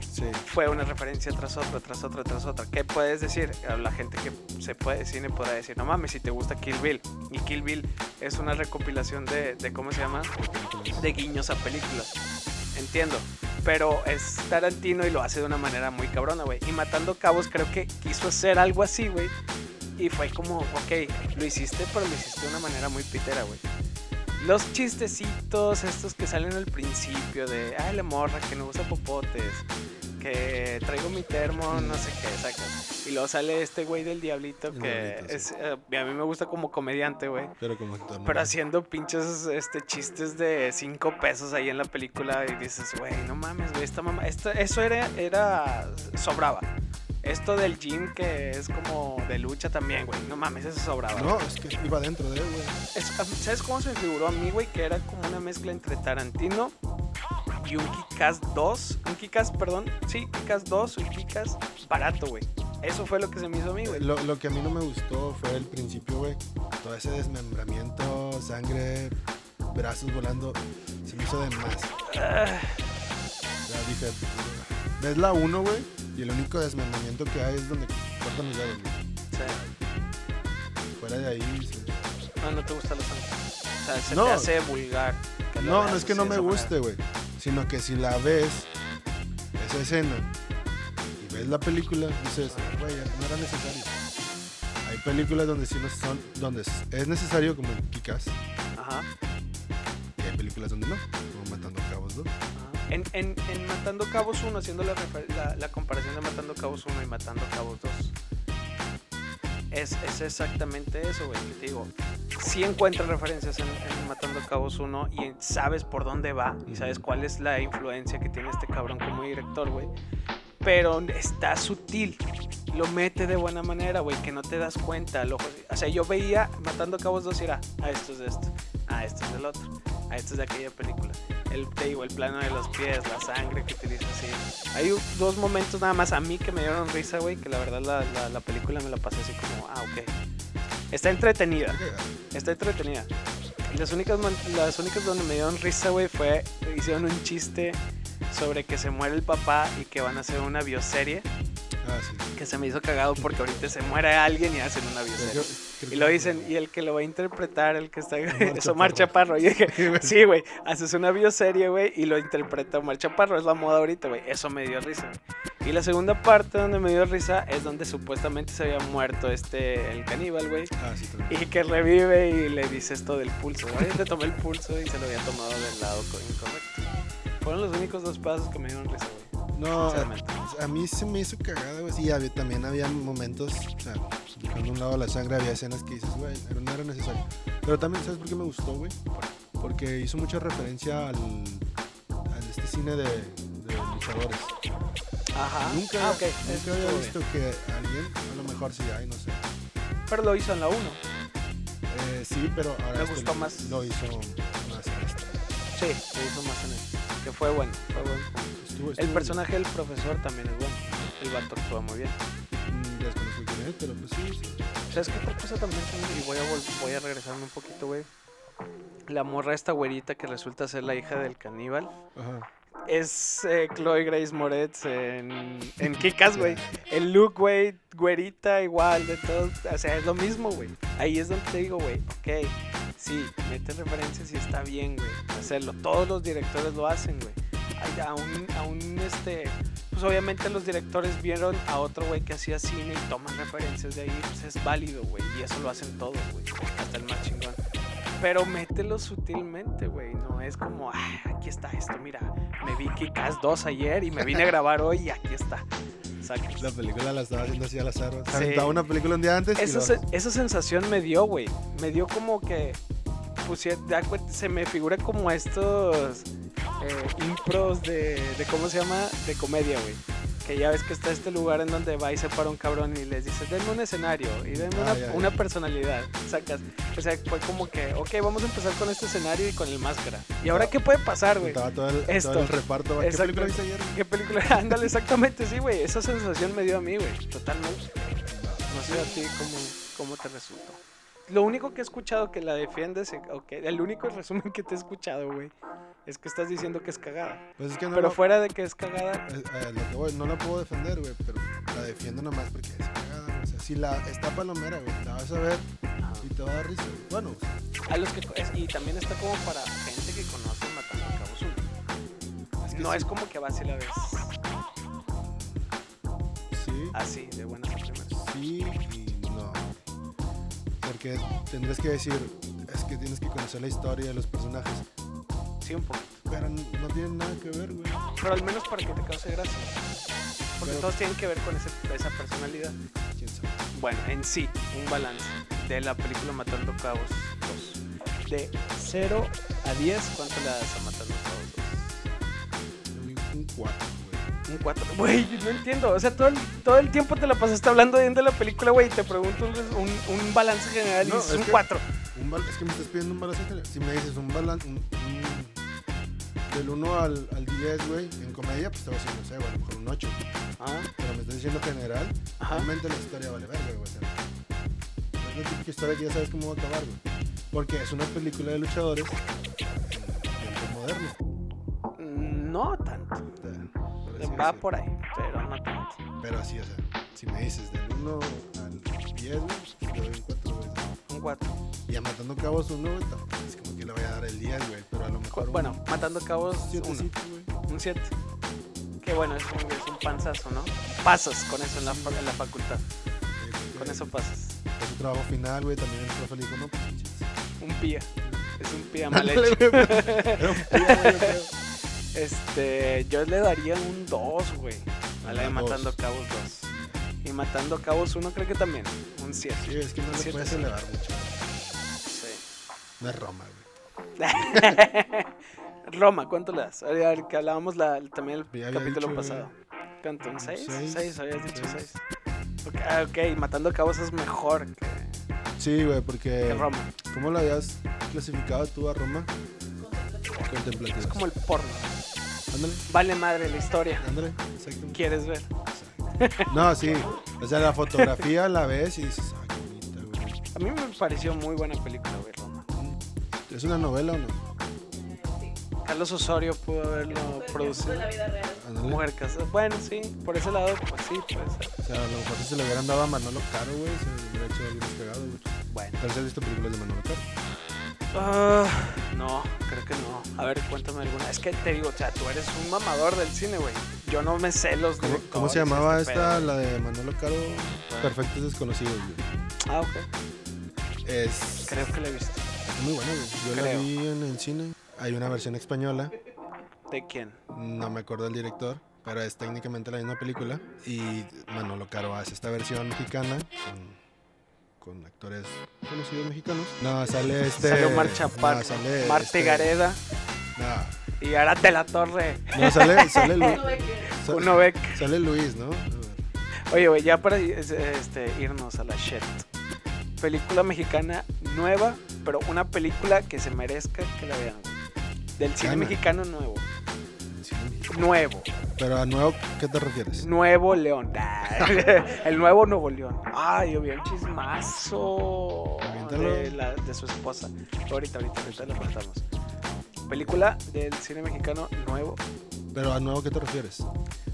Sí.
fue una referencia tras otra, tras otra, tras otra. ¿Qué puedes decir? A La gente que se puede de cine podrá decir, no mames, si te gusta Kill Bill. Y Kill Bill es una recopilación de, de ¿cómo se llama? De guiños a películas. Entiendo. Pero es Tarantino y lo hace de una manera muy cabrona, güey. Y Matando Cabos creo que quiso hacer algo así, güey. Y fue como, ok, lo hiciste, pero lo hiciste de una manera muy pitera, güey. Los chistecitos estos que salen al principio de, ay, la morra que no usa popotes que traigo mi termo, no sé qué, sacas. Y luego sale este güey del diablito
El
que
diablito,
es,
sí.
eh, a mí me gusta como comediante, güey.
Pero como actor. no
Pero
mames.
haciendo pinches este, chistes de 5 pesos ahí en la película y dices, güey, no mames, güey, esta mamá, esta- eso era, era, sobraba. Esto del gym que es como de lucha también, güey, no mames, eso sobraba.
No, es que iba dentro de, él, güey.
Es- a- ¿Sabes cómo se me figuró a mí, güey? Que era como una mezcla entre Tarantino y un Kikas 2. Un Kikas, perdón. Sí, Kikas 2, un Kikas barato, güey. Eso fue lo que se me hizo a mí, güey.
Lo, lo que a mí no me gustó fue el principio, güey. Todo ese desmembramiento, sangre, brazos volando, se me hizo de más.
Ah,
Ya dije, ves la 1, güey, y el único desmembramiento que hay es donde cortan los dedos, güey.
o sea,
Fuera de ahí. se-
no, no te gusta la sangre. O sea, se
No.
te hace vulgar. que lo
No,
veas
no es que
así
no
de
me
esa manera.
guste, güey. Sino que si la ves, esa escena, y ves la película, dices, "Ah, güey, no era necesario. Hay películas donde sí no son, donde es- es necesario, como el Kikas.
Ajá.
Y hay películas donde no, como Matando Cabos 2.
ajá. En, en, en Matando Cabos 1, haciendo la, refer- la- la comparación de Matando Cabos 1 y Matando Cabos 2. Es, es exactamente eso, güey, que te digo. si encuentras referencias en, en Matando Cabos 1 y en- sabes por dónde va y sabes cuál es la influencia que tiene este cabrón como director, güey. Pero está sutil, lo mete de buena manera, güey, que no te das cuenta. Lo, o sea, yo veía Matando Cabos 2 y era, ah, esto es de esto, ah, esto es del otro, ah, esto es de aquella película. El, te digo, el plano de los pies, la sangre que utiliza, así. Hay u- dos momentos nada más a mí que me dieron risa, güey, que la verdad la, la- la película me la pasé así como, ah, ok. Está entretenida. Está entretenida. Y Las únicas, man- las únicas donde me dieron risa, güey, fue. Hicieron un chiste sobre que se muere el papá y que van a hacer una bioserie.
Ah, sí.
Que se me hizo cagado porque ahorita se muere alguien y hacen una bioserie. Y lo dicen, y el que lo va a interpretar, el que está. es Omar Chaparro. Y yo dije, sí, güey, haces una bioserie, güey, y lo interpreta Omar Chaparro. Es la moda ahorita, güey. Eso me dio risa. güey. Y la segunda parte donde me dio risa es donde supuestamente se había muerto este, el caníbal, güey.
Ah, sí, también.
Y que revive y le dice esto del pulso. Oye, te tomé el pulso y se lo había tomado del lado co- incorrecto. Fueron los únicos dos pasos que me dieron risa, güey.
No,
Sinceramente.
a mí se me hizo cagada, güey. Sí, había- también había momentos, o sea, dejando a un lado la sangre, había escenas que dices, güey, pero no era necesario. Pero también, ¿sabes por qué me gustó, güey? Porque hizo mucha referencia al, al este cine de, de luchadores.
Ajá.
Nunca,
Ah, ok. Eso
nunca había
estuvo
visto que alguien, a lo mejor sí, ay, no sé.
bien. Pero lo hizo en la 1.
Eh, sí, pero ahora
Me
este
gustó
lo-
más.
Lo hizo más. este.
Sí, lo hizo más en el. Que fue bueno. Fue bueno.
Estuvo-
El
estuvo-
personaje del profesor también es bueno. El vato actúa muy bien.
mm, Desconozco quién es, pero pues sí, sí.
¿Sabes qué otra cosa también? se me- Y voy a, vol- voy a regresarme un poquito, güey. La morra esta güerita que resulta ser la hija del caníbal.
Ajá.
es eh, Chloe Grace Moretz en, en Kikas, güey. El look, güey, güerita, igual, de todo. O sea, es lo mismo, güey. Ahí es donde te digo, güey, ok, sí, mete referencias y está bien, güey, hacerlo. Todos los directores lo hacen, güey. Ay, A un, a un, este. Pues obviamente los directores vieron a otro güey que hacía cine y toman referencias de ahí, pues es válido, güey. Y eso lo hacen todos, güey. Hasta el más chingón. Pero mételo sutilmente, güey. No es como, ah, aquí está esto, mira. Me vi Kikas 2 ayer y me vine a grabar hoy y aquí está. Exacto.
La película la estaba haciendo así al azar. güey. Se
Sí.
aventaba una película un día antes. y
Esa,
luego-
se- esa sensación me dio, güey. Me dio como que. pues, pusie- da cuen- se me figura como estos eh, impros de, de. ¿Cómo se llama? De comedia, güey. Que ya ves que está este lugar en donde va y se para un cabrón y les dices, denme un escenario y denme
Ah,
una,
ya, ya.
una personalidad. Sacas. O sea, fue como que, ok, vamos a empezar con este escenario y con el máscara. ¿Y ahora qué puede pasar, güey?
Estaba todo el,
Esto.
todo el reparto. ¿Qué
Exacto.
película viste ayer? güey?
¿Qué película? Ándale, exactamente, sí, güey. Esa sensación me dio a mí, güey. Totalmente. No sé a ti cómo, cómo te resultó. Lo único que he escuchado que la defiendes, eh, ok, el único resumen que te he escuchado, güey, es que estás diciendo que es cagada.
Pues es que no,
Pero
la-
fuera de que es cagada,
eh, eh, lo que voy, no la puedo defender, güey. Pero la defiendo nomás porque es cagada. güey. O sea, si la, está palomera, güey, la vas a ver y te va a dar risa. güey. Bueno,
a los que es- y también está como para gente que conoce Matando al Cabo Sur.
que
No
sí.
es como que vas y la ves
sí.
así, de buenas a primeras.
Sí y no. Porque tendrías que decir, es que tienes que conocer la historia de los personajes.
Sí, un poquito.
Pero n- no tienen nada que ver, güey.
Pero al menos para que te cause gracia. Porque
Pero-
todos tienen que ver con ese- esa personalidad.
¿Quién sabe?
bueno, en sí, un balance de la película Matando Cabos 2. De 0 a 10, ¿cuánto le das a Matando Cabos
Un- Un 4, güey.
2? Un 4. Güey, no entiendo. O sea, todo el, todo el tiempo te la pasaste hablando bien de la película, güey, y te pregunto un, res- un- un balance general
No,
y dices
es
un
que-
4.
Un bal- es que me estás pidiendo un balance general. Si me dices un balance. un- un- del 1 al, al 10, güey, en comedia, pues te voy a decir, no sé, güey, a lo mejor un 8.
Ah,
Pero me estás diciendo general,
Ajá.
realmente la historia vale verga, güey. O sea, es la típica historia que ya sabes cómo va a acabar, güey. Porque es una película de luchadores en tiempo moderno.
Mm, no tanto.
O sea, por así
Va
decirlo.
por ahí, pero no tanto.
Pero así, o sea, si me dices del 1 al 10, güey, le doy un 4, güey.
Un 4.
Y a Matando Cabos 1, güey, tampoco es como que le voy a dar el 10, güey. Pero a lo mejor. un
Bueno, pues, Matando Cabos
7,
1.
7, güey.
Un 7. Qué bueno, es un, es un panzazo, ¿no? Pasas con eso en la, fa- en la facultad.
Yo creo que
Con eso pasas.
Eh, Es un trabajo final, güey. También el profe le dijo, no, pues pinches.
Un pía. Es un pía mal
Ándale,
hecho.
güey, pero- Era un pía, güey, yo creo.
Este, yo le daría un 2, güey. A la de
Dos.
Matando Cabos 2. Y Matando Cabos 1 creo que también. Un 7.
Sí, es que no le
Siete,
puedes
sí.
elevar mucho. güey.
Sí.
No es Roma, güey.
Roma, ¿cuánto le das? A ver, que hablábamos la, también el
Ya había
capítulo
dicho,
pasado. ¿Cuánto? ¿Un 6?
seis,
6, habías dicho
seis.
6. Ok, ah, ok, Matando Cabos es mejor que,
Sí, güey,
que
porque.
Roma.
¿Cómo lo habías clasificado tú a Roma? Contemplativo.
Es como el porno.
Ándale,
Vale madre la historia.
ándale. Exacto.
¿Quieres ver?
Exacto. No, sí. O sea, la fotografía la ves y dices, ah, qué bonita, güey.
A mí me pareció muy buena película, güey, Roma.
¿Es una novela o no?
Carlos Osorio pudo haberlo producido.
de la vida real.
Ándale.
Mujer casada. Bueno, sí, por ese lado, pues sí, puede ser.
O sea, a lo mejor si se le hubieran dado a Manolo Caro, güey, se hubiera hecho algo más cagado, güey.
Bueno.
Pero si has visto películas de Manolo Caro.
Ah, no, creo que no. A ver, cuéntame alguna. Es que te digo, o sea, tú eres un mamador del cine, güey. Yo no me sé los
¿Cómo,
directores,
cómo se llamaba
este
esta?
pedo.
La de Manolo Caro. Perfectos desconocidos, güey.
Ah, ok.
Es,
Creo que la he visto.
es muy buena, güey. Yo la
Creo.
vi en el cine. Hay una versión española.
¿De quién?
No me acuerdo el director, pero es técnicamente la misma película. Y Manolo Caro hace esta versión mexicana con, con actores conocidos mexicanos. No, sale este.
sale Omar Chaparro,
no, sale
Marte
este-
Gareda
No,
y Arate la Torre.
no, sale, sale Luis.
Uno ve que
sale-
Uno ve.
Sale Luis, ¿no?
Oye, güey, ya para es- este, irnos a la shit. Película mexicana nueva, pero una película que se merezca que la vean. güey. Del cine
Mexicana.
mexicano nuevo.
Sí.
Nuevo.
Pero a nuevo, ¿qué te refieres?
Nuevo León. Nah, El nuevo Nuevo León. Ay, yo vi un chismazo
Aviéntalo.
de, la- de su esposa. Ahorita, ahorita, ahorita lo contamos. Película del cine mexicano nuevo.
Pero a nuevo, ¿qué te refieres?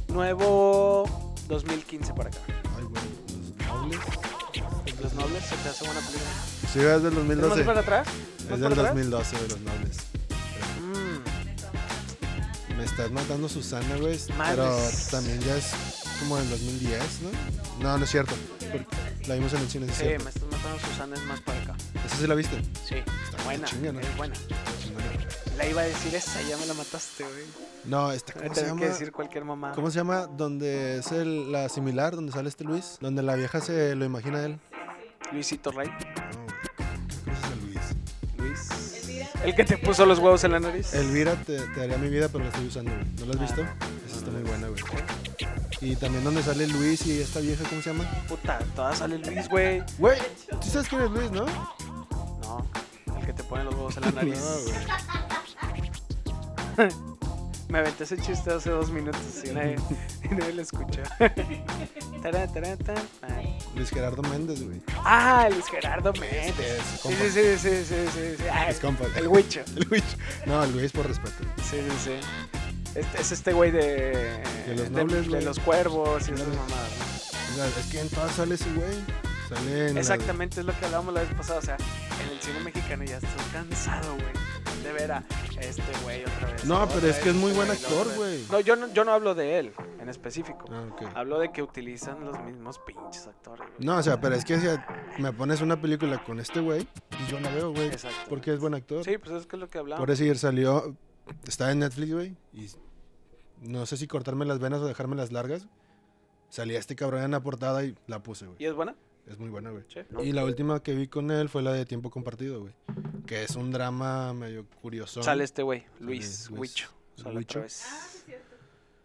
Nuevo 2015 para acá.
Ay, güey, los nobles.
Los Nobles se te hace buena película.
Sí, es del
¿Es más
2012.
para atrás? ¿Más
Es
para
del
atrás?
2012, de los nobles.
Mm,
Me estás matando Susana, güey.
Madres.
Pero también ya es como en 2010, ¿no? No, no es cierto. porque La vimos en el cine, sí, es
Sí,
cierto.
me estás matando Susana es más para acá.
¿Esa sí la viste?
Sí,
Está
buena,
chingona.
es buena. La iba a decir esa, ya me la mataste, güey.
No, esta,
Voy a
¿cómo se
tener que
llama?
decir cualquier mamá.
¿Cómo se llama? Donde es el, la similar, donde sale este Luis, donde la vieja se lo imagina a él.
Luisito Rey.
No, güey. ¿Qué cosa es el Luis?
Luis. El que te puso los huevos en la nariz.
Elvira te, te daría mi vida, pero la estoy usando, güey. ¿No la has
Ah,
visto?
no.
Esa está muy buena, güey. Y también donde sale Luis y esta vieja, ¿cómo se llama?
Puta, todas sale Luis, güey.
Güey, tú sabes quién es Luis, ¿no?
No, el que te pone los huevos en la nariz.
No, güey.
Me aventé ese chiste hace dos minutos y nadie, y nadie lo escuchó. Tará, tará, tará.
Luis Gerardo Méndez, güey.
Ah, Luis Gerardo Méndez.
Este es
Sí,
compa.
sí, sí, sí, sí, sí, sí. Ah,
Es compa.
El huicho.
Luis. No, Luis por respeto.
Sí, sí, sí. Este- es este güey de.
De los nobles,
de,
güey.
los cuervos y esas
Claro.
mamadas, ¿no?
O sea, es que en todas sale ese güey. Sale en la-
Exactamente, es lo que hablábamos la vez pasada. O sea, en el cine mexicano ya estoy cansado, güey. De ver a este güey otra vez.
No,
otra
pero es
vez,
que es muy
este
buen
la
actor,
otra vez.
güey.
No yo, no, yo no hablo de él en específico.
Ah, ok.
Hablo de que utilizan los mismos pinches actores. güey.
No, o sea, pero es que si me pones una película con este güey, pues yo la veo, güey.
Exacto.
Porque es buen actor.
Sí, pues es que es lo que hablamos.
Por decir, salió. Está en Netflix, güey. Y no sé si cortarme las venas o dejarme las largas. Salía este cabrón en la portada y la puse,
¿Y
güey.
es buena?
Es muy buena, güey.
Sí.
Y la última que vi con él fue la de Tiempo Compartido, güey. Que es un drama medio curioso.
Sale este güey, Luis
Luis
Huicho. Sale
Huicho.
otra vez.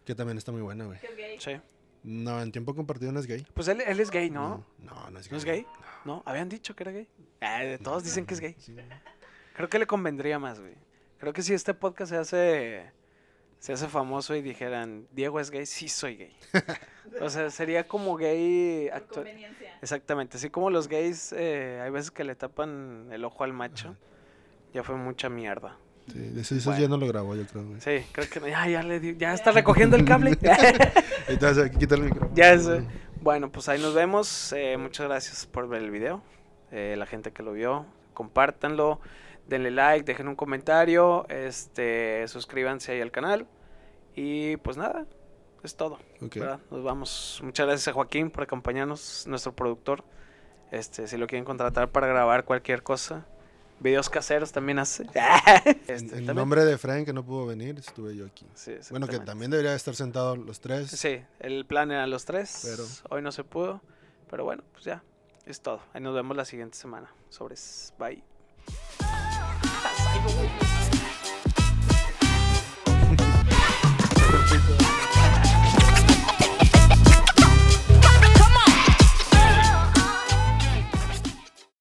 Que también está muy buena, güey.
Sí.
No, en Tiempo Compartido no es gay.
Pues él, él es gay, ¿no?
No, no, es gay.
¿No es gay? No, habían dicho que era gay. Ah, de todos dicen que es gay. Creo que le convendría más, güey. Creo que si este podcast se hace se hace famoso y dijeran, Diego es gay, sí soy gay. o sea, sería como gay actu-
Conveniencia.
Exactamente, así como los gays eh, hay veces que le tapan el ojo al macho. Ya fue mucha mierda.
Sí, de eso, eso
Bueno.
ya no lo grabó, yo creo, güey.
Sí, creo que no- ya, ya le di- ya está recogiendo el cable.
Entonces hay que quitar el micrófono.
Ya es, eh, Bueno, pues ahí nos vemos. Eh, muchas gracias por ver el video. Eh, la gente que lo vio, compártanlo, denle like, dejen un comentario, este, suscríbanse ahí al canal. Y pues nada, es todo.
Ok.
¿verdad? Nos vamos. Muchas gracias a Joaquín por acompañarnos, nuestro productor. Este, si lo quieren contratar para grabar cualquier cosa. Videos caseros también hace. Este,
En, en
también.
nombre de Frank, que no pudo venir, estuve yo aquí.
Sí,
Bueno, que
exactamente.
también debería estar sentado los tres.
Sí, el plan eran los tres.
Pero-
Hoy no se pudo. Pero bueno, pues ya. Es todo. Ahí nos vemos la siguiente semana. Sobres. Bye.